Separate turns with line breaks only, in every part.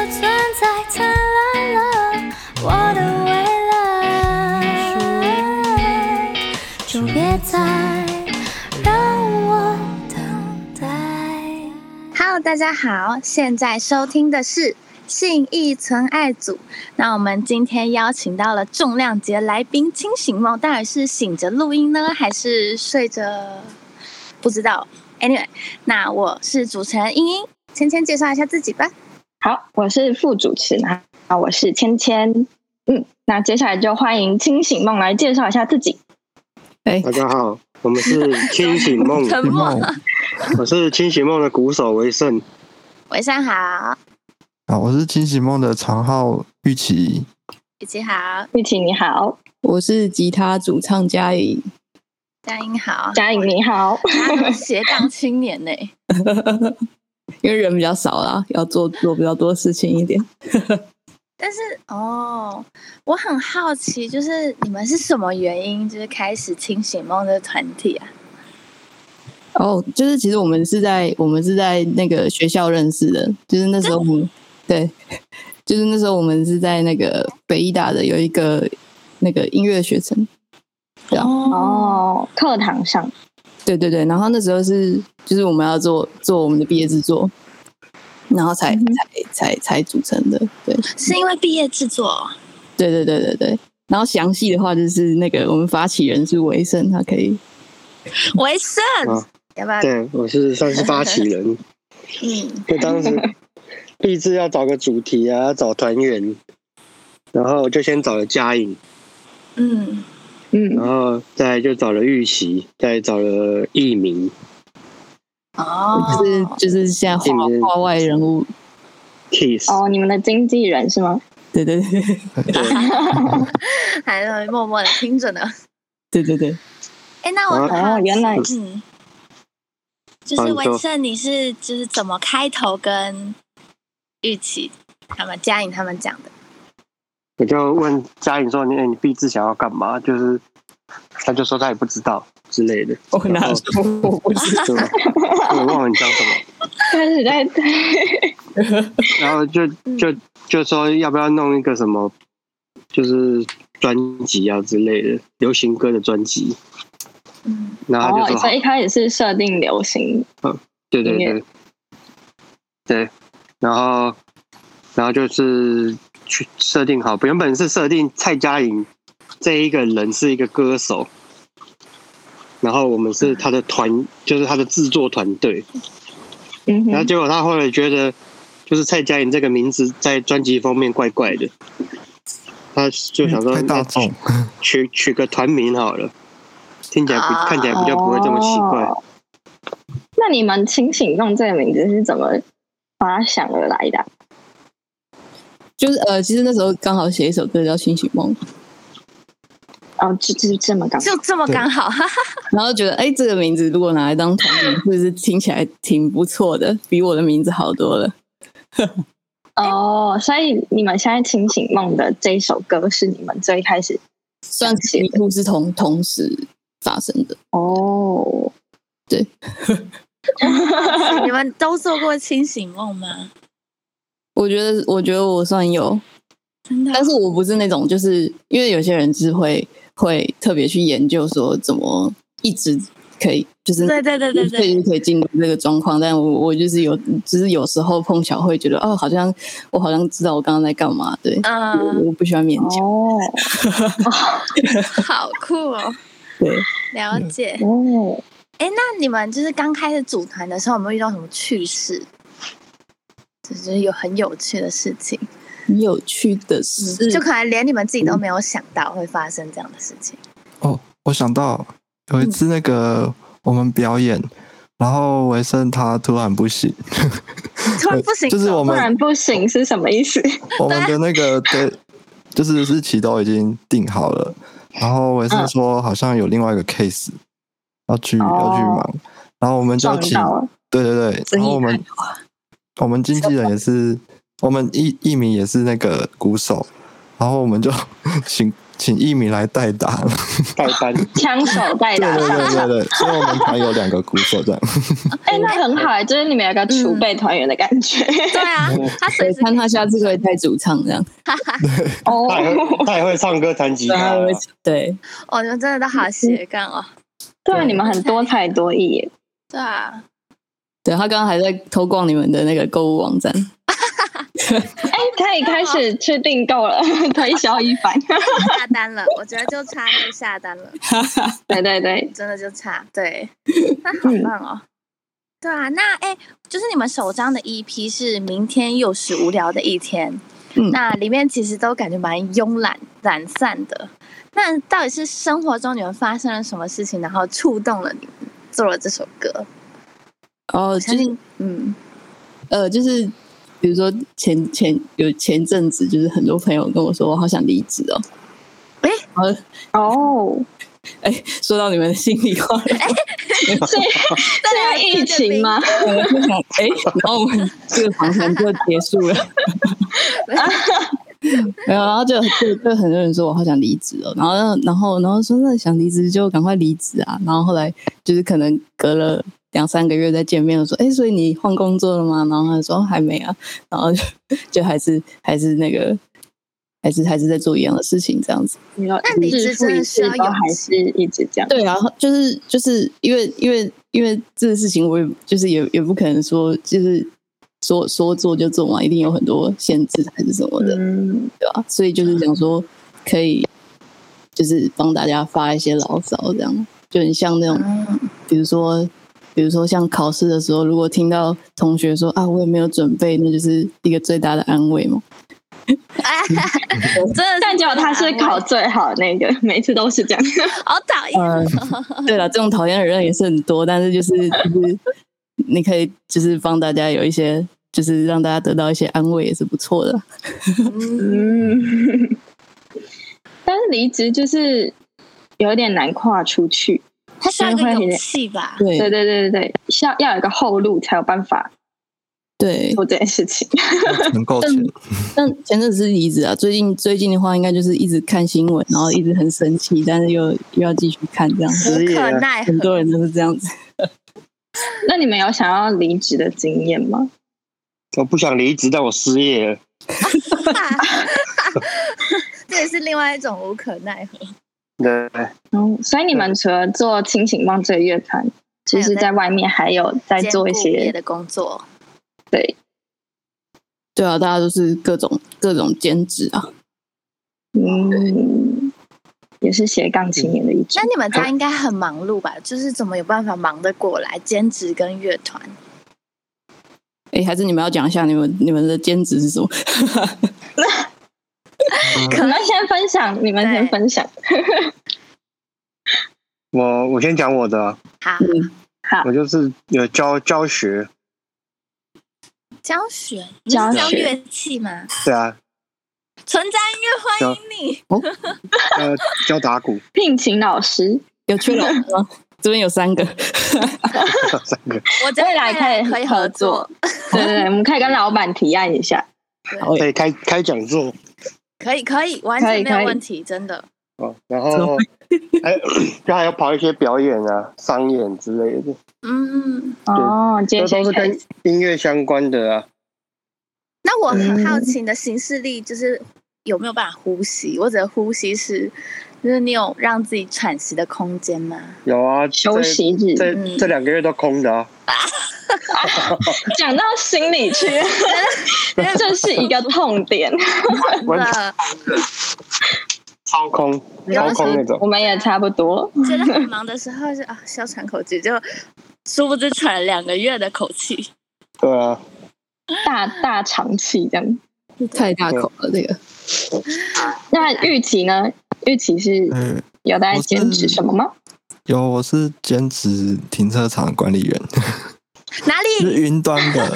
再灿烂了，我的未来，就别再让我等待。
Hello，大家好，现在收听的是信义存爱组。那我们今天邀请到了重量级的来宾，清醒梦到底是醒着录音呢，还是睡着？不知道。Anyway，那我是主持人英英，芊芊介绍一下自己吧。
好，我是副主持人啊，我是芊芊。嗯，那接下来就欢迎清醒梦来介绍一下自己。
哎
大，家好，我们是清醒 梦，
沉默，
梦，
我是清醒梦的鼓手为胜。
晚上好，
啊，我是清醒梦的长号玉琪。
雨琪好，
玉琪你好，
我是吉他主唱嘉颖，
佳音好，
嘉颖你好，
大家都斜杠青年呢、
因为人比较少啦，要做做比较多事情一点。
但是 哦，我很好奇，就是你们是什么原因，就是开始清醒梦的团体啊？
哦，就是其实我们是在我们是在那个学校认识的，就是那时候我们对，就是那时候我们是在那个北医大的有一个那个音乐学程，对啊
哦，课堂上
对对对，然后那时候是就是我们要做做我们的毕业制作，然后才、才才才组成的，对
是因为毕业制作，
对对对对对，然后详细的话就是那个我们发起人是维胜，他可以
为胜
啊，
要不要？
对，我是算是发起人，
嗯，
就当时立志要找个主题啊，要找团员，然后我就先找了嘉颖，
嗯，
嗯
然后再来就找了玉玺，再找了艺明，
哦，
就是就是现在画
嗯
画外人物，
Kiss，、
哦，你们的经纪人是吗？
对对对
还在默默的听着呢。
对对对，
哎，那我很好
哦，
奇
原来
嗯，就
好
是
你说
文胜，你是就是怎么开头跟玉琪他们、嘉颖他们讲的？
我就问嘉颖说：“你、哎你立志想要干嘛？”就是他就说他也不知道之类的，
我拿手我不知
对吧？我忘了你讲什么。
开始在
然后就
嗯
就就说要不要弄一个什么，就是专辑啊之类的流行歌的专辑。
嗯，
然后
哦
他就，说好
所以一开始是设定流行，
对对
音
对，对，然后然后就是去设定好，原本是设定蔡佳颖这一个人是一个歌手，然后我们是他的团，就是他的制作团队，
嗯
然后
哼，
结果他后来觉得，就是蔡佳颖这个名字在专辑封面怪怪的，他就想说
嗯太大众，
取取个团名好了，听起来不、
啊
看起来比较不会这么奇怪。
哦那你们清醒弄这个名字是怎么把它想而来的啊？
就是呃，其实那时候刚好写一首歌叫《清醒梦》，
哦，就就是这么刚好
就这么
对
刚 好，哈哈，
然后觉得哎，这个名字如果拿来当团名，就是听起来挺不错的，比我的名字好多了。
哦，所以你们现在清醒梦的这一首歌是你们最开始
算是几乎是同同时发生的，
哦，
你们都做过清醒梦吗？
我觉得我觉得我算有，
真的哦，
但是我不是那种，就是因为有些人是会会特别去研究说怎么一直可以，就是
对对对对对
就是可以进入这个状况。但我我就是有，只是有时候碰巧会觉得，哦，好像我好像知道我刚刚在干嘛。对，
嗯，
我不喜欢勉强。
哦
好酷哦，
对，
了解。
哦，
嗯哎，那你们就是刚开始组团的时候，有没有遇到什么趣事？就是有很有趣的事情，
很有趣的
嗯
是，
嗯就可能连你们自己都没有想到会发生这样的事情。
哦，我想到有一次那个我们表演，然后维生他突然不行，
突然不行，
嗯 就是 我
不
们
然不行是什么意思？
我们的那个对，就是日期都已经定好了，然后维生说好像有另外一个 case 要去要去忙，然后我们就
撞
请
到了，
对对对，
生
然后
意
我
太
们
啊
我们经纪人也是，我们艺艺名也是那个鼓手，然后我们就 请请一米来代打，
代班，
枪手啊代
对
打
对对对对，所以我们团有两个鼓手 这样，
哎、那很好哎、就是你们有个储备团员的感 觉、
对啊，
嗯
他随
对，
时
看他下次可以带主唱这样。
哦
他也会他也会唱歌弹吉
对
他
他，会对，
哦，你们真的都好斜杠哦。
对啊，你们很多才多艺耶，
对啊，
对他刚刚还在偷逛你们的那个购物网站。
哎、他也开始去订购了， 推销一番。
下单 了，我觉得就差那个下单了，
对对对，
真的就差。对，那好棒哦。对啊，那哎、就是你们首张的 EP 是《明天又是无聊的一天》，
嗯
那里面其实都感觉蛮慵懒、懒散的。那到底是生活中你们发生了什么事情，然后触动了你们，做了这首歌？
哦，
我
就
相
是
信，嗯，
呃，就是比如说前前有前阵子，就是很多朋友跟我说，我好想离职哦。
哎
然后
哦，
哎，说到你们的心里话了，
是是因为疫情吗？
我们就想 哎，然后我们这个访谈就结束了。没有，然后就就就很多人说我好想离职哦，然后然后然后说那想离职就赶快离职啊，然后后来就是可能隔了两三个月再见面，我说哎，所以你换工作了吗？然后他说哦还没啊，然后就就还是还是那个还是还是在做一样的事情这样子。
你要
那你
日
这
复
真
一
的需
日
要
都
勇
还
气
是一直这样？
对啊，就是就是因为因为因为这个事情，我也就是也也不可能说就是说说做就做嘛，一定有很多限制还是什么的，
嗯，
对吧、所以就是想说可以就是帮大家发一些牢骚，这样就很像那种，比如说。比如说，像考试的时候，如果听到同学说啊，我也没有准备，那就是一个最大的安慰嘛。
真的是，欸
但结果他
啊
是考最好的那个，每次都是这样。
好讨
嗯
厌
呃，对了，这种讨厌的人也是很多，但是就是就是你可以就是帮大家有一些，就是让大家得到一些安慰也是不错的。
嗯， 但是离职就是有点难跨出去。
他需要一
真
个
的会
勇
很
气吧？
对
对对对对对，需要要有一个后路才有办法
对，
做这件事情。
能够
嗯
钱，
但前阵子是离职啊，最近最近的话，应该就是一直看新闻，然后一直很生气，但是又又要继续看这样子。
职
无
业
可
啊
奈何
很。多人都是这样子，
那你们有想要离职的经验吗？
我不想离职，但我失业了。
这也是另外一种无可奈何。
对，
嗯，所以你们除了做清醒梦这个乐团，就是在外面还有在做一
别
些
的工作，
对，
对啊，大家都是各种各种兼职啊，
嗯，也是斜杠青年的一种
那。你们家应该很忙碌吧？就是怎么有办法忙得过来兼职跟乐团？
哎，还是你们要讲一下你们你们的兼职是什么？
可能先分享，你们先
对
分享。
我我先讲我的啊，
好，
嗯好
我，就是有教教学，
教学，你是
教学
教乐器吗？
对啊，
存在音乐欢迎你。
呃，教打鼓
聘请老 师，
有缺老师吗？这边有三个，
三个，
我觉得
未来
可
可
以
以合
合
作，。对对对，我们可以跟老板提案一下。
哎
好
可以开开讲座
可以可以，完全没
可以
有问题，真的。
哦，然后 还就还要跑一些表演啊、商演之类的，
嗯，
哦，接
这
一些
都是
case
跟音乐相关的啊。
那我很好奇你的行事力就是有没有办法呼吸？我指的呼吸是，就是你有让自己喘息的空间吗？
有啊，
休息日，
这
嗯
这这两个月都空的啊，
讲到心里去，这是一个痛点。啊
完全
呃，
超空，超空那种
我。们也差不多。
觉得很忙的时候就啊，小喘口气，就殊不知喘了两个月的口气。
对啊，
大大长气这样。
太大口了，这个。
那玉琪呢？玉琪是
嗯，
有在兼职什么吗？
有我是兼职停车场管理员，
哪
是
里
云端的，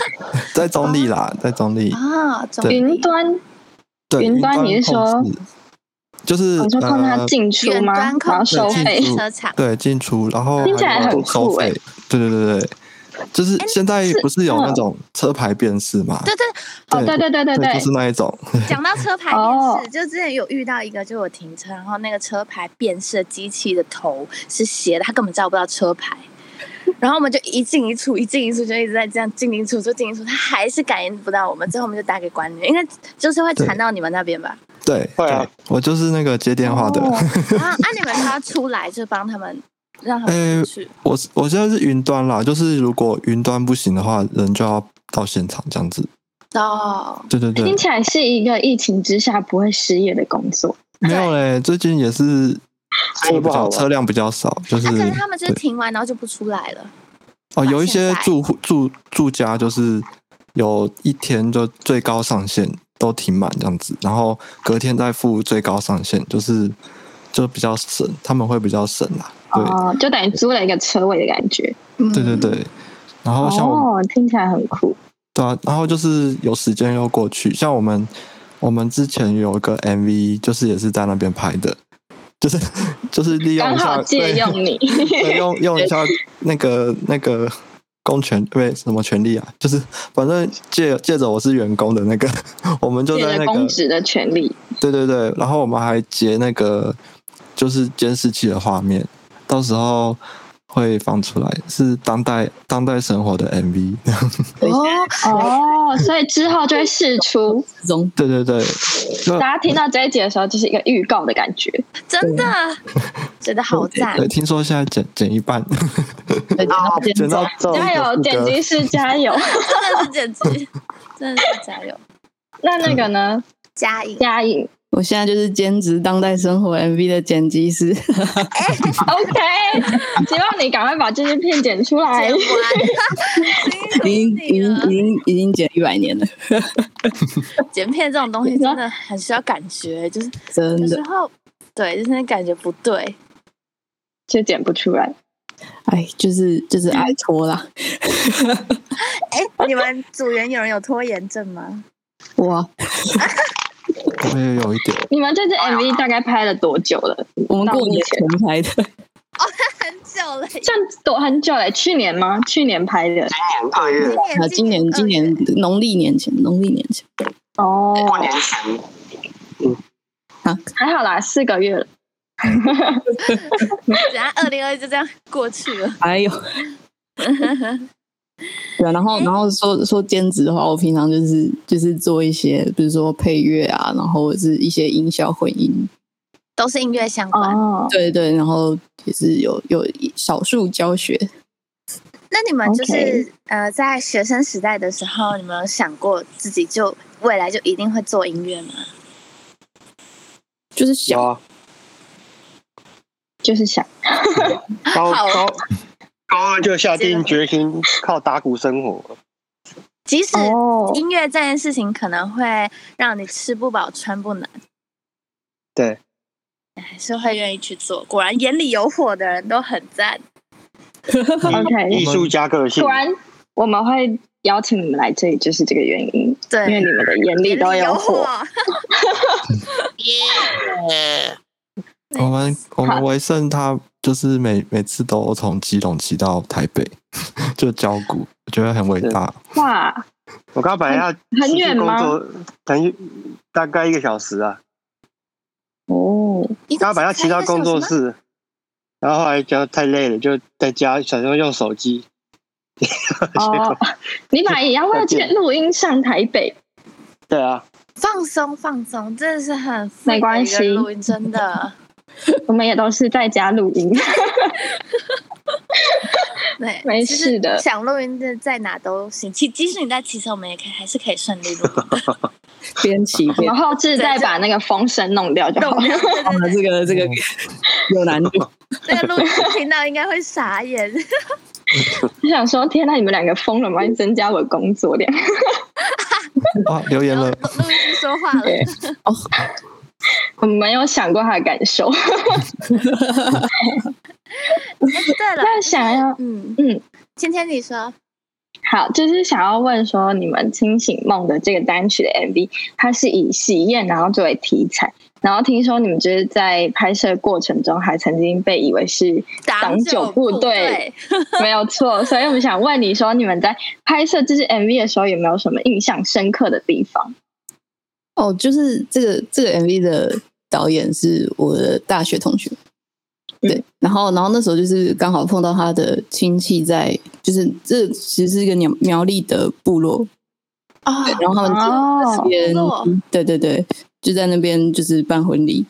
在中立啦，在中立，
啊？总
对
云端，
对，
云端你是
控
说哦
制就是
我就看他
呃
进出
远
吗？
端
然后
控制
收
对
费
进
停
出
车场，
对进出，然后
听起来
还有
很
收
酷欸
费，对对对对，就是现在
是
不是有那种车牌辨识嘛？
对对，
哦，对对对对对
就，是那一种。
讲到车牌
哦
辨识，就之前有遇到一个，就我停车，然后那个车牌辨识的机器的头是斜的，他根本照不到车牌。然后我们就一进一出，一进一出，就一直在这样进进出出，进进出，他还是感应不到我们。最后我们就打给管理员，应该就是会传到你们那边 吧？
对，
会啊
对，我就是那个接电话 的。
哦
然后啊，你们他出来就帮他们让他们
呃
去。
我是我现在是云端啦，就是如果云端不行的话，人就要到现场这样子。
哦，
对对对
哎听，起来是一个疫情之下不会失业的工作。
没有嘞，最近也是
生意
车比
不好啊
较
吧
车辆比较少，就是
啊
那、可是他们就是
对
停完然后就不出来了。到
哦，有一
现
些
在
住户住住家就是有一天就最高上限都停满这样子，然后隔天再付最高上限，就是就比较省，他们会比较省啦。对、
哦，就等于租了一个车位的感觉。
嗯，
对对对，然后像我们
哦，听起来很酷。
对啊，然后就是有时间又过去，像我们我们之前有一个 MV，就是也是在那边拍的，就是就是利用
刚
一下
好借用你，
对对用用一下那个那个公权对什么权利啊，就是反正借借着我是员工的那个，我们就
你
在
的
那
公
个
职的权利。
对对对，然后我们还截那个就是监视器的画面，到时候会放出来，是当代当代生活的 MV。
哦，
哦，所以之后就会试出。
之中
对对对，就
大家听到这一集的时候，就是一个预告的感觉。
真的，觉得好赞。
对，听说现在减减一半，
对，然后
减到
走
加油，剪辑师加油！
真的是简直，真的是加油！
那那个呢？
加油！
嘉颖
我现在就是兼职当代生活 MV 的剪辑师，
，OK，希望你赶快把这些片剪出来
剪。完，
已经
辛苦你
哎已经已
了。
经已经剪一百年了，
剪片这种东西真的很需要感觉，就是
真
有时
的，
候对，就是那感觉不对。
就剪不出来。
哎，就是就是爱拖啦，
哎，你们组员有人有拖延症吗？
哇，
我也有一点。
你们这支 MV 大概拍了多久了？
我们
到
过
目
年
前
前拍的，
很久了，
这样多很久嘞，去年吗？去年拍的。
年二月
哎
啊，今年今
嗯
年农历年前，农历年前
哦，
过年前，
啊，
还好啦，四个月了。
等下二零二就这样过去了。
还有， 对啊，然后然后说说兼职的话，我平常就是就是做一些，比如说配乐啊，然后是一些音效混音，
都是音乐相关。
哦，
对对，然后也是有有少数教学，
那你们就是
OK
呃，在学生时代的时候，你们有想过自己就未来就一定会做音乐吗？
就是
有
小
啊
就是想
高
好
高高二就下定决心靠打鼓生活。
即使
哦，
音乐这件事情可能会让你吃不饱穿不暖，
对，
还是会愿意去做。果然眼里有火的人都很赞。
OK
艺术家个性
果，然我们会邀请你们来这里，就是这个原因，因为
对，
你们的眼里
眼
都
里有
火。。
我们我
好
们维盛他就是每每次都从基隆骑到台北，就教鼓，我觉得很伟大。
哇，
我刚本来要
很远吗
出去工作？等大概一个小时啊，
哦，
一个
刚本来要骑到工作
才一个小时吗，
室，然后后来觉得太累了，就在家想说用手机。
哦，你把也要为了这个录音上台 北，
对啊，
放松放松，真的是很
没关系
富有一个录音真 的。
我们也都是在家录音。
对，
没
其
事
实
的
想录音的在哪都行，即即使你在骑车，我们也可以还是可以顺利录 音。
编辑
我
编
们后置再把那个风声弄掉就好
懂
了。
对对
啊，
对，
这个这个 有难度，
那个录音师听到应该会傻眼。
我想说，天呐，你们两个疯了吗？增加我工作 量。
哇，啊留言
然后
了
录，录音师说话了，哎
对，哦，我没有想过他的感受。
哎，对了，
那想要，
嗯
嗯，
芊芊你说，
好，就是想要问说，你们《清醒梦》的这个单曲的 MV，它是以喜宴然后作为题材，然后听说你们就是在拍摄过程中还曾经被以为是
党
九
九部
队，， 没有错。所以我们想问你说，你们在拍摄这支 MV 的时候有没有什么印象深刻的地方？
哦，就是这个这个 MV 的导演是我的大学同学，对，然后然后那时候就是刚好碰到他的亲戚在，就是这其实是一个苗苗栗的部落，
哦
对，然后他们
哦
这边、嗯
部落
对对对，就在那边就是办婚礼。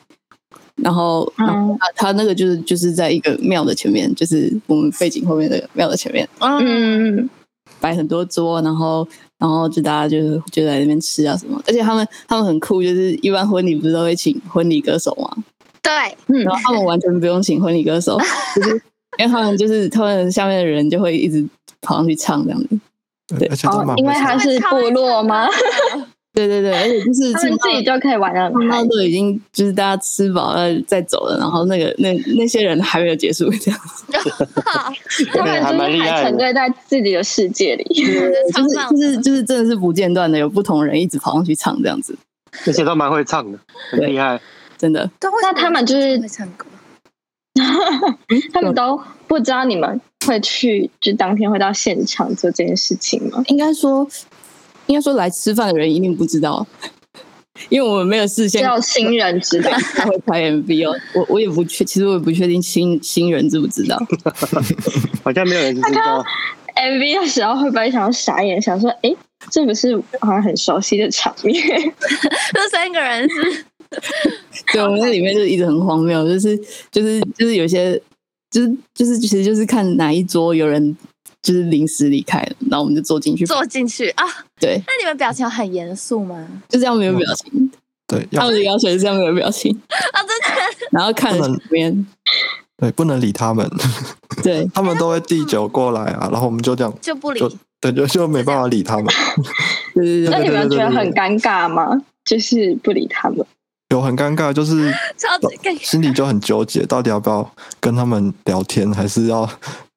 然后，然
嗯
后他他那个就是就是在一个庙的前面，就是我们背景后面的庙的前面，
嗯，
嗯，
摆很多桌，然后然后就大家就是就在那边吃啊什么，而且他们他们很酷，就是一般婚礼不是都会请婚礼歌手嘛，
对，
嗯
然后他们完全不用请婚礼歌 手，就是因为他们就是他们下面的人就会一直跑上去唱这样子，对
而且都蛮
哦因为
会
他
唱
是部落吗？
对对对，而且就是
他们自己就可以玩的
唱到都已经就是大家吃饱了再走了，然后那个那那些人还没有结束这样子，
他
哎
们就是还沉醉在自己的世界里。
就
超
是
棒
就是就是真的是不间断的有不同人一直跑上去唱这样子，
而且都蛮会唱的，很厉害。
真的
对为什
那
么
他们就是
会唱歌，
嗯他们都不知道你们会去，就当天会到现场做这件事情吗？
应该说应该说来吃饭的人一定不知道，因为我们没有
只
事先
有新人知 道。
他会拍 MV 哦，我我也不确，其实我也不确定新新人知不知道。
好像没有人知道，
MV 的时候会不会想要傻眼，想说，哎，这不是好像很熟悉的场面？
这三个人是
对，我们在里面就一直很荒谬，就是就是就是有些就是就是其实就是看哪一桌有人就是临时离开了，然后我们就坐进去，
坐进去啊。
对，
那你们表情有很严肃吗？
就这样没有表情。
对，
他
要
们的要求是这样没有表情，
啊，真的
然后看着
不能
前面，
对不能理他们，
对
他们都会递酒过来啊，然后我们就这样
就不理
就对就就没办法理他们，
对对
那
对，
你们觉得很尴尬吗？就是不理他们。
有很尴尬，就是
超级尴尬。
心里就很纠结，到底要不要跟他们聊天，还是要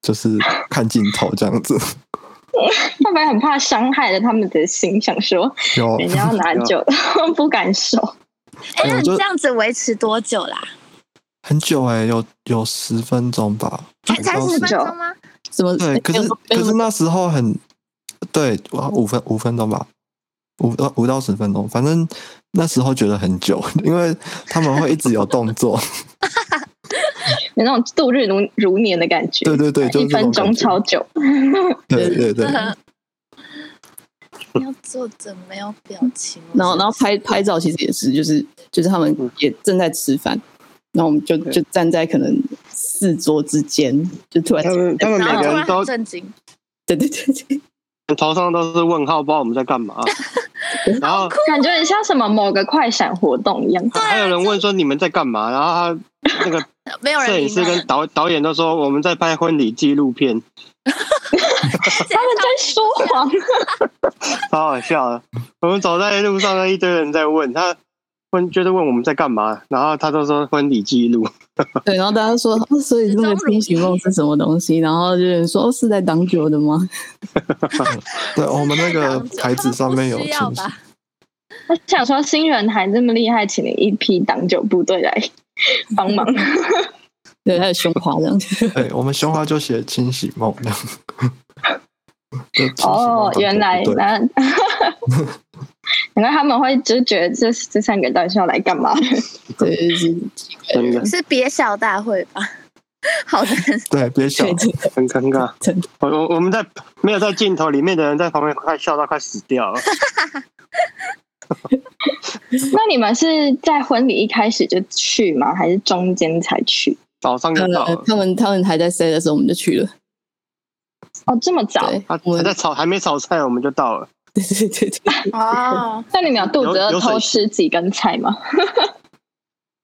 就是看镜头这样子？
会不会很怕伤害了他们的心？想说
有
人家要 拿酒， 不敢收。
哎，那
我
你
就
这样子维持多久啦？
很久哎、有有十分钟吧，
才才
五到
十
10
分钟吗？
什么？ 哎
对，可是
没有嗯
可是那时候很对，哇五分五分钟吧，五到五到十分钟，反正那时候觉得很久， 因为他们会一直有动 作，
有那种度日如如年的感觉。
对对对就是
一
这种
分钟
感觉
超嗯久。
对对对，
你要坐着没有表情，
然后然后拍拍照其实也是，就是就是他
嗯
们也正在吃饭，然后我们就就站在可能四桌之间，就突然
他
呃
们他们
然
每
后
个
突然
人
很
都
震惊，
对对对 对，
头上都是问号，不知道我们在 干嘛。然后
感觉很像什么某个快闪活动一样。
还有人问说你们在干嘛，然后他那个
啊没有人
摄影
理
师
他们
跟。导导演都说我们在拍婚礼纪录片，
他
他们在说谎，
超好笑的。我们走在路上，那一堆人在问他，问就是问我们在干嘛，然后他都说婚礼记录，
对，然后大家 说，哦所以
始
那个
终如
清醒梦是什么东西？然后就有人说，哦，是在挡酒的吗？
对我们那个
在
牌子上面有
不需
清
要
晰
吧？
我想说新人还这么厉害，请了一批挡酒部队来帮 忙。
对，还有胸花这样子。
对我们胸花就写清洗梦 这样。就清洗梦
哦，
当
原
做
来
不对
那。原来他们会就觉得这这三个到底是要来干嘛？
对，就是
真的
是别小大会吧？ 好难，
对，别想
对，对
很尴尬
真的。
我我我们在没有在镜头里面的人在旁边快笑到快死 掉了。
那你们是在婚礼一开始就去吗？还是中间才去？
早上就到
呃
了，
他们他们还在 say 的时候，我们就去了。
哦，这么早？
对，
他
我
还在炒还没炒菜，我们就到了。
对对对对，
哦，
那你们有肚子
有
饿
有水
偷
洗
吃几根菜吗？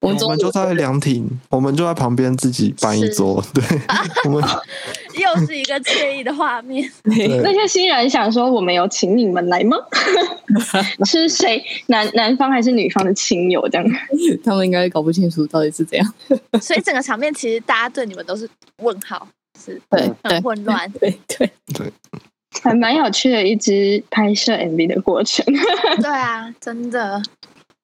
我们
我
中
们就
午
在凉亭，我们就在旁边自己搬一
是
桌， 对，我们
哦
又是一个惬意的画面。
对
那些新人想说，我们有请你们来吗？ 是谁男男方还是女方的亲友这样？
他们应该搞不清楚到底是怎样。
所以整个场面其实大家对你们都是问号，是
对对
很混乱。
对对，
还蛮有趣的一支拍摄 MV 的过程。
对啊，真的，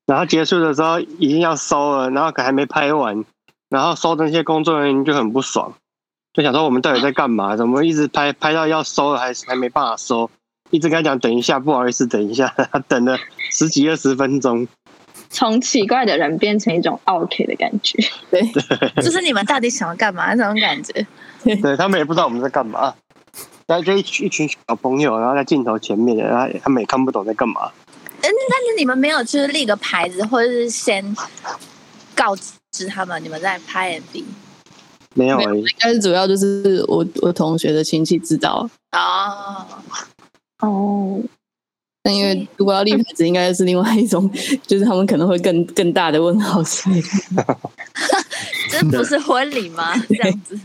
然后结束的时候已经要收了，然后可还没拍完，然后收的那些工作人员就很不爽，就想说我们到底在干
啊
嘛？怎么一直拍拍到要收了还还没办法收？一直跟他讲等一下，不好意思，等一下， 他等了十几二十分钟。
从奇怪的人变成一种 OK 的感觉。
就是你们到底想要干嘛那种感觉？
对他们也不知道我们在干嘛，然后就一群一群小朋友，然后在镜头前面，然后他们也看不懂在干嘛。
但是你们没有去立个牌子，或者是先告知他们你们在拍 MV
没有
没有
诶、
应该是主要就是我我同学的亲戚知道，
哦，
哦，
但因为如果要立牌子，应该是另外一种，就是他们可能会更更大的问号之类的。
这不是婚礼 吗？这样子，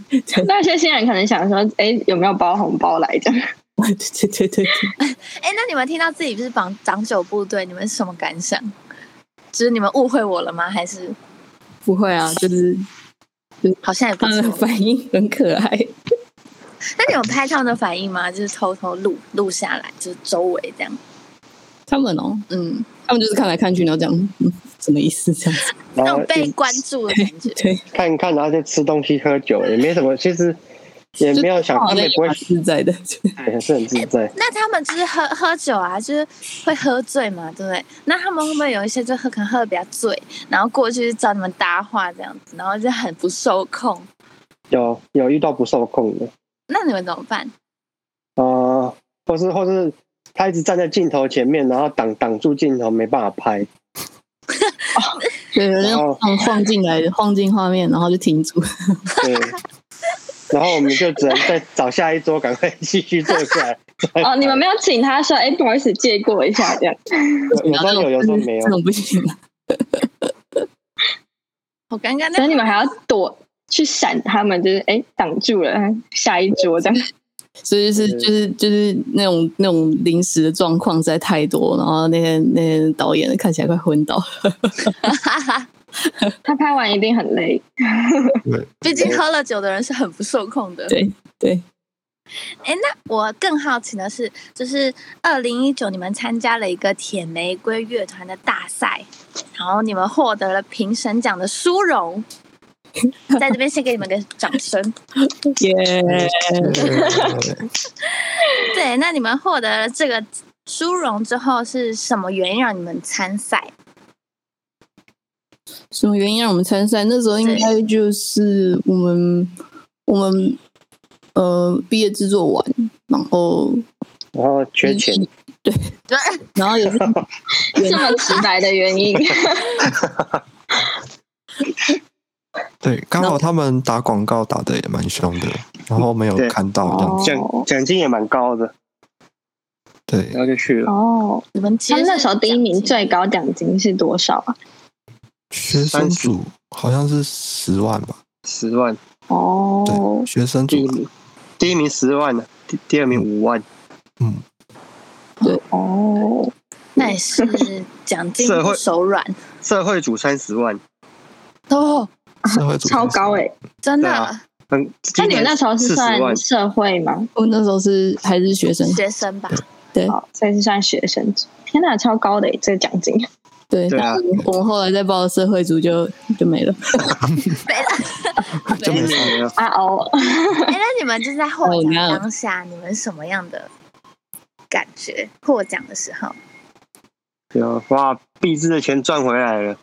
那些新人可能想说，哎、有没有包红包来着？
对对对对，
哎、那你们听到自己是绑长久部队，你们是什么感想？就是你们误会我了吗？还是
不会啊，就是
好像也不
他们的
错？
反应很可爱。
那你有拍他们的反应吗？就是偷偷录录下来，就是周围这样。
他们哦，
嗯，
他们就是看来看去，然后这样，嗯，什么意思这样子？
然
那
后
种被关注的感觉。
对，
看一看，然后就吃东西喝酒，也没什么，其实也没有想，
好
他们
像
也不会
蛮，自在的，
也是很自在。
那他们就是喝喝酒啊，就是会喝醉嘛，对不对？那他们会不会有一些就喝，可能喝的比较醉，然后过去找你们搭话这样子，然后就很不受控？
有有遇到不受控的，
那你们怎么办？
呃，或是或是他一直站在镜头前面，然后挡挡住镜头，没办法拍。
对，有人
然后
晃晃进来，晃进画面，然后就停住。
对，然后我们就只能再找下一桌，赶快继续坐下来。
哦，你们没有请他说，哎、不好意思，借过一下这样。
有有时候有，有时候没有
这。种不行啊。
好尴尬，
所
那
以你们还要躲去闪他们，就是哎挡、住了下一桌这样。
所以就是
对
就是就是那种那种临时的状况实在太多，然后那天那天导演看起来快昏倒了。
他拍完一定很累。
毕竟喝了酒的人是很不受控的。
对对，
哎，那我更好奇的是，就是二零一九你们参加了一个铁玫瑰乐团的大赛，然后你们获得了评审奖的殊荣，在这边先给你们个掌声。
耶、
对，那你们获得了这个殊荣之后，是什么原因让你们参赛？
什么原因让我们参赛？那时候应该就是我们我们呃毕业制作完，然后
然后缺钱，
然后也是
这么直白的原因，
对，刚好他们打广告打的也蛮凶的，然后没有
对
看到这样
哦
子，
奖奖金也蛮高的，然
对，
后就去 了。
哦，
你们
他
其实
们
是
那时候第一名
奖金
最高奖金是多少啊？
学生组好像是十万吧，
十万，
哦
对，，学生
第一
组
嗯
啊，
名，第一名十万的，第第二名五万，
嗯，
哦，
那也是 奖金
社会
不手软
社会组三十万，
哦，
社会组
超高哎、
真
对
的
啊嗯，
那你们那时候是
四十万
算，社会吗？
我那时候是还是 学生，
学生吧？
对
哦，所以是算学生组。天哪，超高的耶这个奖金！
对。
对啊，
我们后来再报社会组就就没了。
就没
没有没有
啊哦，
哎，那你们就在获
Oh,
哦
奖
那
当下，你们什么样的感觉？获奖的时候，
有啊哇，币制的钱赚回来了，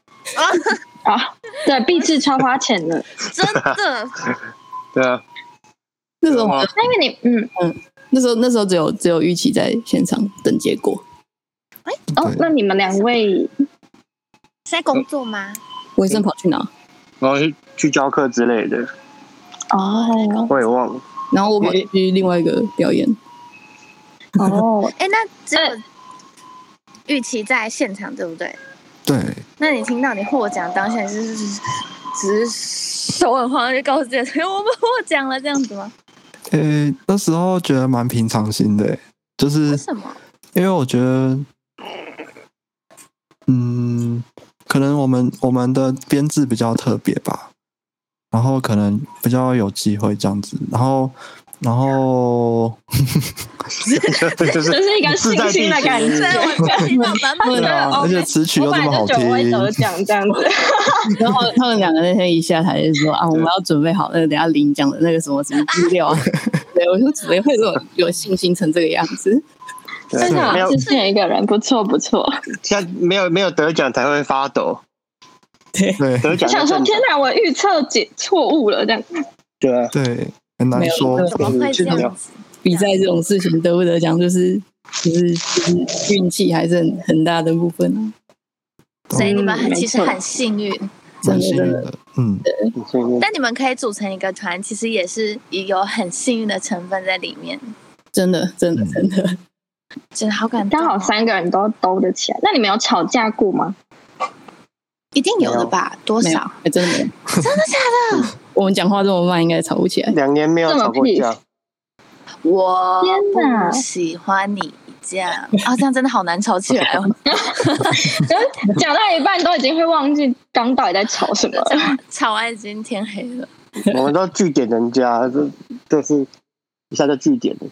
啊，对，毕志超花钱的。
真 的
对啊，
那时候我们
那因为你，嗯，
那时候那时候只有只有玉琪在现场等结果。
哦
对，
那你们两位
是在工作吗？
文森跑去哪？
然后去去教课之类的，
哦
我也忘 了，
然后我跑去另外一个表演。
哦，
哎，那只有
哎
玉琪在现场，对不对？
对，
那你听到你获奖当下是是只是手很慌，就告诉自己我们获奖了这样子 吗？
诶，那时候觉得蛮平常心的欸，就是
为什么？
因为我觉得，嗯，可能我们我们的编制比较特别吧，然后可能比较有机会这样子，然后然后
就是
就是一个信心的感
自
觉
对，。啊
带
我听到版本
对
的
啊，而且词曲
我
又
本
这么
来
好
就觉得我会
听，
得奖这样子，
然后他们两个那天一下台就说啊，我们要准备好那个等一下领奖的那个什么什么资料啊。对，我就怎么会有有信心成这个样子？
真的啊
啊没有
好自信的一个人，不错不错。
像没有没有得奖才会发抖，
对
得
我
奖就
想说，
正
天
常
哪，我预测解错误了，这样
对啊，
对，很难
没有
说
没有，
怎么会这样子？
比赛这种事情得不得奖，就是就是就是运气还是很很大的部分啊。
所以你们
嗯
很
没
其实
错
很幸运，
蛮幸运的，嗯，
但你们可以组成一个团，其实也是也有很幸运的成分在里面，
真的，真的，真的，
真的好感动
刚
哦。
好三个人都兜得起来。啊那你们有吵架过 吗？
一定有的吧？多
没有，
少？
哎还真的没有。
真的假
我们讲话这么慢，应该吵不起来。
两年没有吵过
这么
架
peace，
的？我
天哪
不喜欢你这样啊，这样真的好难吵起来哦。
就是讲到一半都已经会忘记刚到底在吵什么了。
吵完已经天黑了。
我们都据点人家，这就是一下就据点了，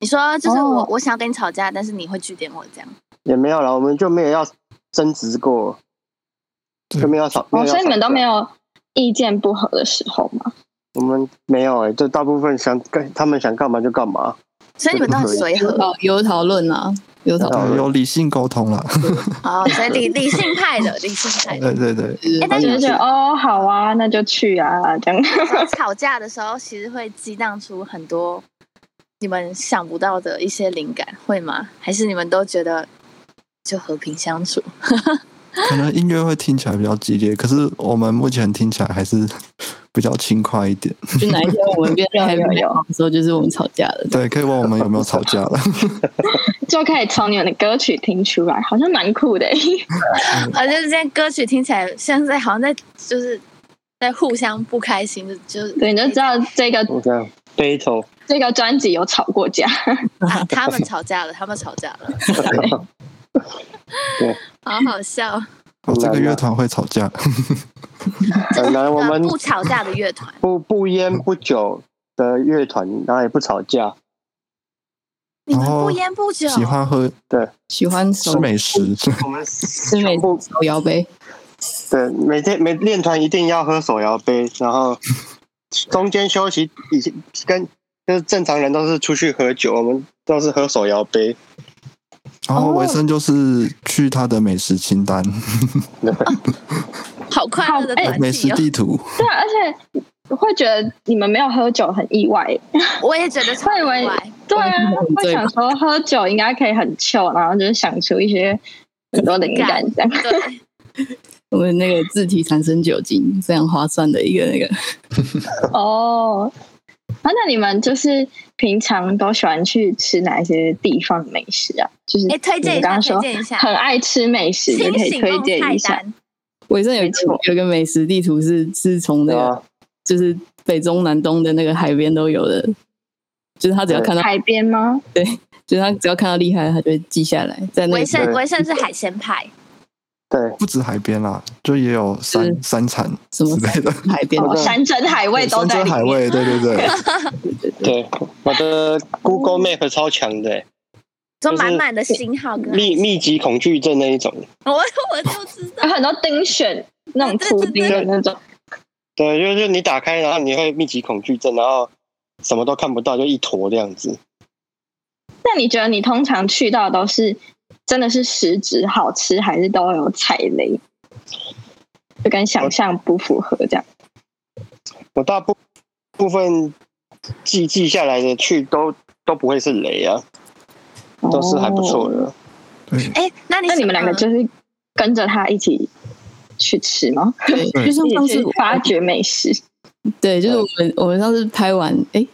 你说就是我，
哦
我想要跟你吵架，但是你会据点我这样。
也没有了，我们就没有要争执过，
对
就没有要吵，没有
哦，
要
所以你们
吵
都
架
没，有意见不合的时候吗？
我们没有哎，就大部分想干，他们想干嘛就干嘛，
所以你们都很随
有
和
讨有讨论啊，有讨论。
对，有理性沟通啦，
哦，所以理理性派的，理性派的。
对对对，
哎，但
就
你们
是觉得哦，好啊，那就去啊，这样。
吵架的时候，其实会激荡出很多你们想不到的一些灵感，会吗？还是你们都觉得就和平相处？
可能音乐会听起来比较激烈，可是我们目前听起来还是 比较轻快一点。
就哪一天我们变
有
happy
有有
的时候，就是我们吵架了。
对，可以问我们有没有吵 架了？
就可以从你们的歌曲听出来，好像蛮酷 的。欸
而且这些歌曲听起来现在好像在就是在互相不开心，就就
对，你就知道这个
这样 battle，
这个专辑有吵过架，
啊，他们吵架了，他们吵架了，好好笑。
我这个乐团会吵架，
很难，呃我们
不吵架的乐团，
不不烟不酒的乐团，然后也不吵架，
你们
然后
不烟不酒，
啊
喜欢喝
喜欢
吃
手
美食，
我们
吃美
全部
手摇杯，
对，每天每练团一定要喝手摇杯，然后中间休息以前跟就是正常人都是出去喝酒，我们都是喝手摇杯。
然
哦
后维生就是去他的美食清单、
好快乐的
好哎
团
美
体
食
哦！
地图，
对啊，而且我会觉得你们没有喝酒很意外，欸
我也觉得超
会以
意
为
外，
对 啊
我们，
会想说喝酒应该可以很 chill，然后就是想出一些很多灵感这 样。
对，
我们那个自体产生酒精，非常划算的一个那个。
哦，啊，那你们就是平常都喜欢去吃哪些地方美食啊？就是
哎，推荐
你
一
刚
下，
刚
推
说
荐一 下，
很爱吃美食，也
清
可以
醒
推
梦
荐
菜
一下。
单，
我这有一
没错
个有一个美食地图是是从那
对
个
啊，
就是北中南东的那个海边都有的，就是他只要看到，
海边吗？
就是他只要看到厉害的，他就会记下来，在那
维
个
盛
对
维盛是海鲜 派，
对，
不止海边啦，就也有山
是
山产
什么
之类的，
海边
好
哦
的
山珍海味都
山
在
珍
里
海
面。
味，对对 对，
对，我的 Google Map 超强的、
就
就是
满满的星号跟
密密集恐惧症那一种。
我我就知 道
有很多丁选那种图钉的那种，
对，就是你打开，然后你会密集恐惧症，然后什么都看不到，就一坨这样子。
那你觉得你通常去到都是真的是食指好吃，还是都有踩雷？就跟想象不符合这样。
我大部部分记记下来的去都都不会是雷啊，都是还不错的。
哦。
对
哎，那你
那你们两个就是跟着他一起去吃吗？
对，就像上
一
次
起
我
去发掘美食。
对，就是我们我们上次拍完，哎，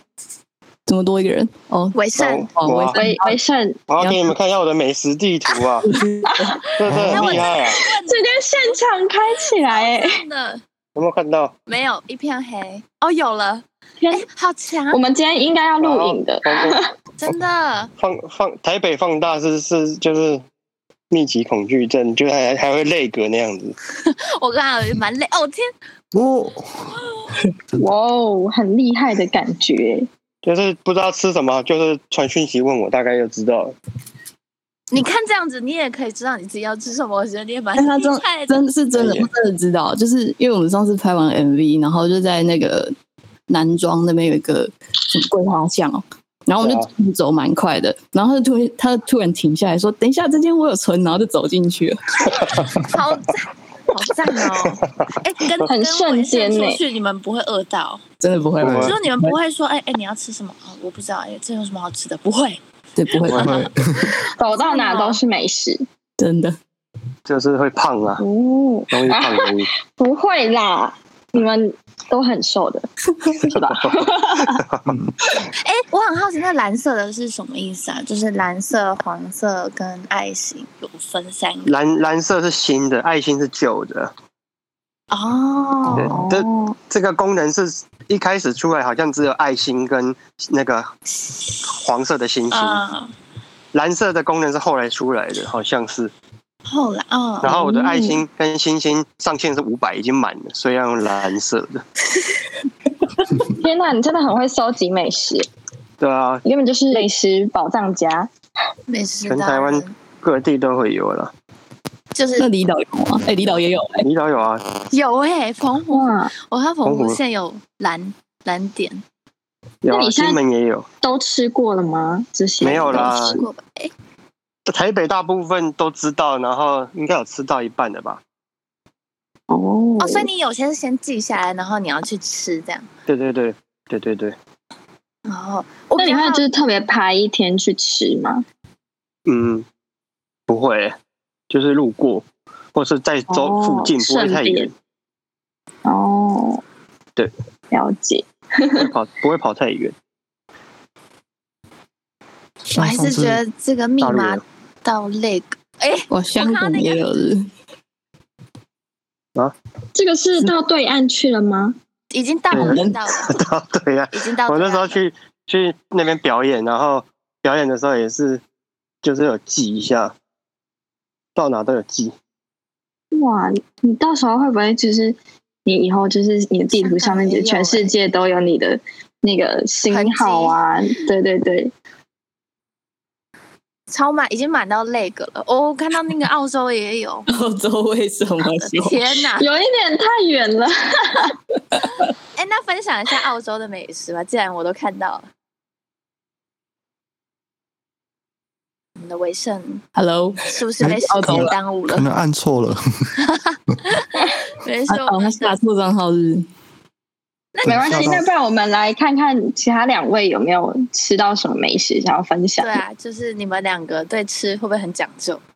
怎么多一个人？哦，
维盛
哦，
哦，
哇
我也
维维胜，
我要给你们看一下我的美食地图 啊，这真的很厉害啊！
直接现场开起来、 哎
真的
有没有看到？
没有一片黑哦，有了，
天
哎，好强
我，们今天应该要录影的，
然后我我
真的，
放放台北放大是是就是密集恐惧症，就还还会泪格那样子。
我刚刚有蛮累哦，天，
哦，
哇哦，很厉害的感觉、哎
就是不知道吃什么，就是传讯息问我，大概就知道了。
你看这样子，你也可以知道你自己要吃什么。我觉得你也蛮
哎
但他
厉
真
害的。
真是真的，
对耶
我真的知道，就是因为我们上次拍完 MV，然后就在那个南庄那边有一个什么桂花巷哦，然后我们
对啊
就走蛮快的，然后他就突然他就突然停下来说：“等一下，这间我有存。”然后就走进去了。
好赞，好赞哦！ 哎、跟跟
很瞬
文
间
献出
呢嗯
去，你们不会饿到，
真的不会，
不
不
会
会
就是你们不会说，哎、哎、你要吃什么啊？我不知道，哎、这有什么好吃的？不会，
对，不会，
我会
走到哪都是美食。
真的
就是会胖啊，
哦，
容易胖，容易。
不会啦，你们都很瘦的，是吧？
哎、我很好奇，那蓝色的是什么意思啊？就是蓝色、黄色跟爱心有分三个
蓝蓝色是新的，爱心是旧的。对
哦，，
这这个功能是一开始出来好像只有爱心跟那个黄色的星星，
嗯
啊、
蓝色的功能是后来出来的，好像是。
后来啊，
然后我的爱心跟星星上限是五百，已经满了，所以要用蓝色的。
天哪，你真的很会收集美食，
对啊，
你根本就是美食宝藏家。
美食
全台湾各地都会有了，
就是
那离岛有吗？哎、离岛也有哎、
离岛有啊，
有哎、澎湖，
哇，
我看澎
澎
湖
湖
县有蓝蓝点，
有
那
啊，
你现在
金门也有，
都吃过了吗？这些
没有啦
东
啊
西
吃过吧？哎、
台北大部分都知道，然后应该有吃到一半的吧？
哦
哦，所以你有些是先记下来，然后你要去吃这样。
对对对对对对，
哦，我
那
比
你
较
会
好
就是特别排一天去吃吗？
嗯，不会、就是路过，或是在周
哦
附近，不会太远，
哦，
对，
了解。
不会跑不会跑太 远。
我
像
还
上
是
次
觉得这个密
大陆
码
人
到 leg，哎、
哇，香港也有日，，
这个是到对岸去了吗？
已经到了，已经到了，
哦对呀、
已经
哦
到。
我
啊
那时候，去去那边表演，然后表演的时候也是，就是有记一下，到哪都有记。
哇，你到时候会不会就是你以后就是你的地图上面就全
欸
世界都有你的那个星号啊？对对对，
超满，已经满到 leg 了。哦，我看到那个澳洲也有
澳洲为什么有？
天哪！
有一点太远了。
哎、那分享一下澳洲的美食吧，既然我都看到了。我们的维盛
Hello，
是不是被
哎
时
澳洲
间
了
耽误
可
了？
能按错了，
没事
啊，哦，他打错账号日，
没 关系，
对
那不然我们来看看其他两位有没有吃到什么美食想要分享
对。啊，就是你们两个对吃会不会很讲究？
嗯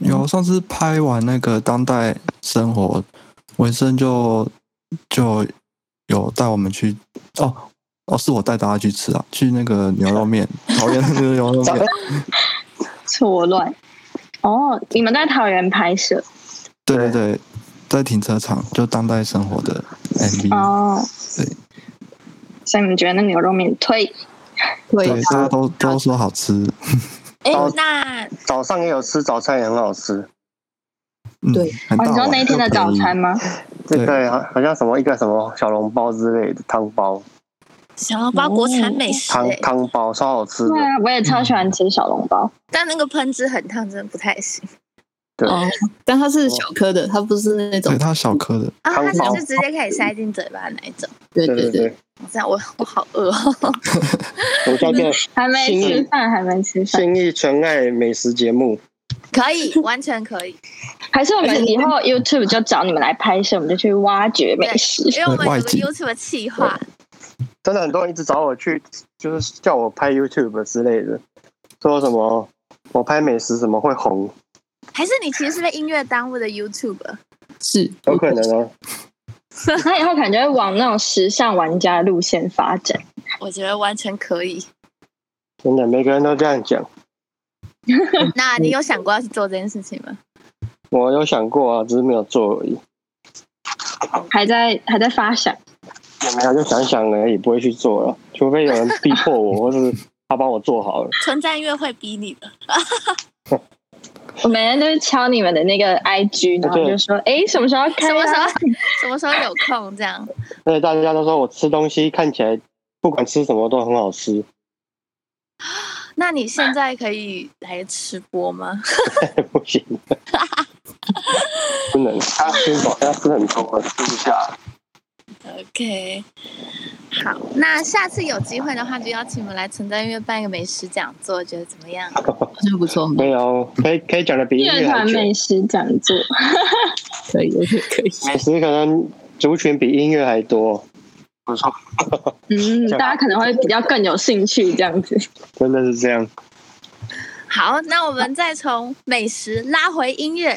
有上次拍完那个当代生活，文生就就有带我们去哦哦，是我带大家去吃啊，去那个牛肉 面，讨厌那个牛肉面，
错乱。哦，你们在桃园拍摄
对对对，在停车场就当代生活的 MV，
哦，
嗯对
所以你们觉得那牛肉面推
对
对，大家都都说好吃，
哎、
哦
到
那
早上也有吃，早餐也很好吃。
嗯
对，
很
哦？
大
你说
碗
那一天的早餐，吗？
对
对，好好像什么一个什么小笼包之类的汤包，
小笼包国产美食、
哦
汤
哎
汤包超好吃的
对。啊，我也超喜欢吃小笼
嗯
包。
但那个喷汁很烫，真的不太行
哦，但它是小颗的，它不是那种
对，，它小颗的，
啊！它
汤包
只是直接可以塞进嘴巴的那一种。
对
对
对对，
对，
我这样我我好饿、哦，
我叫做
还没吃饭，还没吃饭，
新义纯爱美食节目。
可以，完全可以，
还是我们以后 YouTube 就找你们来拍摄，我们就去挖掘美食。
因为我们有
外
个
景
YouTube 的企划，
真的很多人一直找我去，就是叫我拍 YouTube 之类的，说什么我拍美食什么会红，
还是你其实是被音乐耽误的 YouTube，
是
有可能哦。
他以后感觉会往那种时尚玩家路线发展。
我觉得完全可以。
真的，每个人都这样讲。
那
嗯
你有想过要去做这件事情吗？
我有想过啊，只是没有做而已。
还在还在发想，
也没有，就想想而已，不会去做了，除非有人逼迫我，或是他帮我做好了。
纯在音乐会逼你的，
我每天都是敲你们的那个 IG，然后就说，哎，什么时候开
什
啊？
么时候什么时候有空这样？
而且大家都说我吃东西看起来不管吃什么都很好吃，
那你现在可以来吃播吗？
不行，不能，他吃饱他吃很多，啊吃不下。
OK，好，那下次有机会的话，就邀请我们来存在音乐办一个美食讲座，觉得怎么样？
好像不错，
没有，可以可以讲的比音
乐
乐还
团
久，
美食讲座，
可以，我觉得可 以。
美食可能族群比音乐还多，不错，
嗯，
样
大家可能会比较更有兴趣这样子。
真的是这样。
好，那我们再从美食拉回音 乐，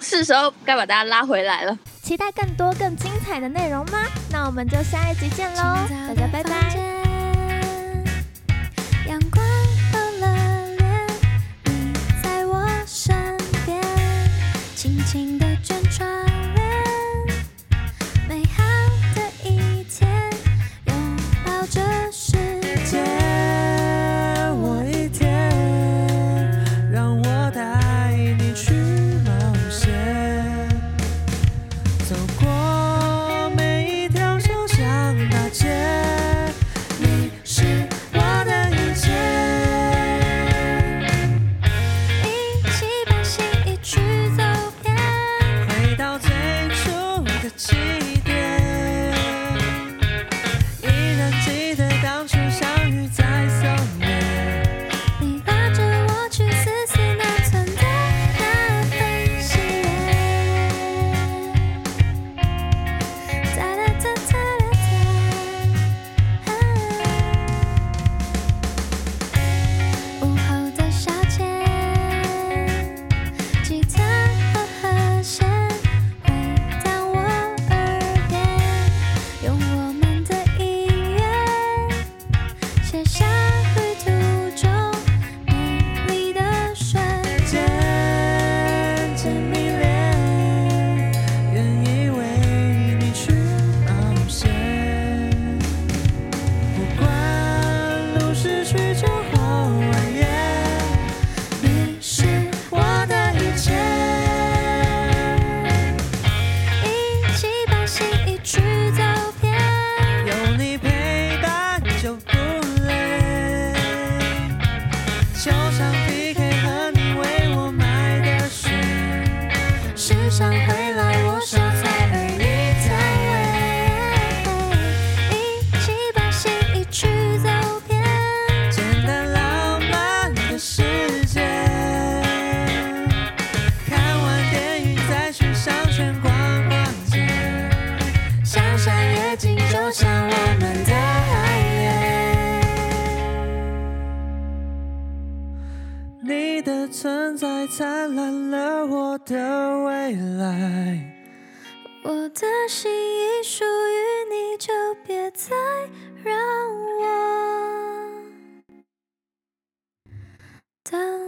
是时候该把大家拉回来了。
期待更多更精彩的内容吗？那我们就下一集见喽，大家拜拜。阳光照了脸，你在我身边，轻轻地卷窗帘，美好的一天，拥抱这世界。
我一天，让我带你去冒险，走过每一条小巷大街，你是我的一切。
一起把心意去走遍，
回到最初的起点，依然记得当初相遇在松烟。
你拉着我去丝丝难存的那份喜悦。哒哒哒哒哒哒，午后的消遣，吉他和和弦回荡我耳边，用我们的音乐。写下旅途中美丽的瞬
渐
间。
渐迷恋，愿意为你去冒险。不管路是曲折或蜿蜒，你是我的一切。
一起把心意去走遍，
有你陪伴就不累，就像 PK 和你为我买的水，时常回来我
我
烧
说
菜
菜而
而
已在味，一
已在味。
起把心意去走遍，
简单浪漫的世界，看完电影再去商圈逛逛街，想山夜景就像我们的爱恋。你的存在灿烂了我的未来。
我的心已属于你，就别再让我等。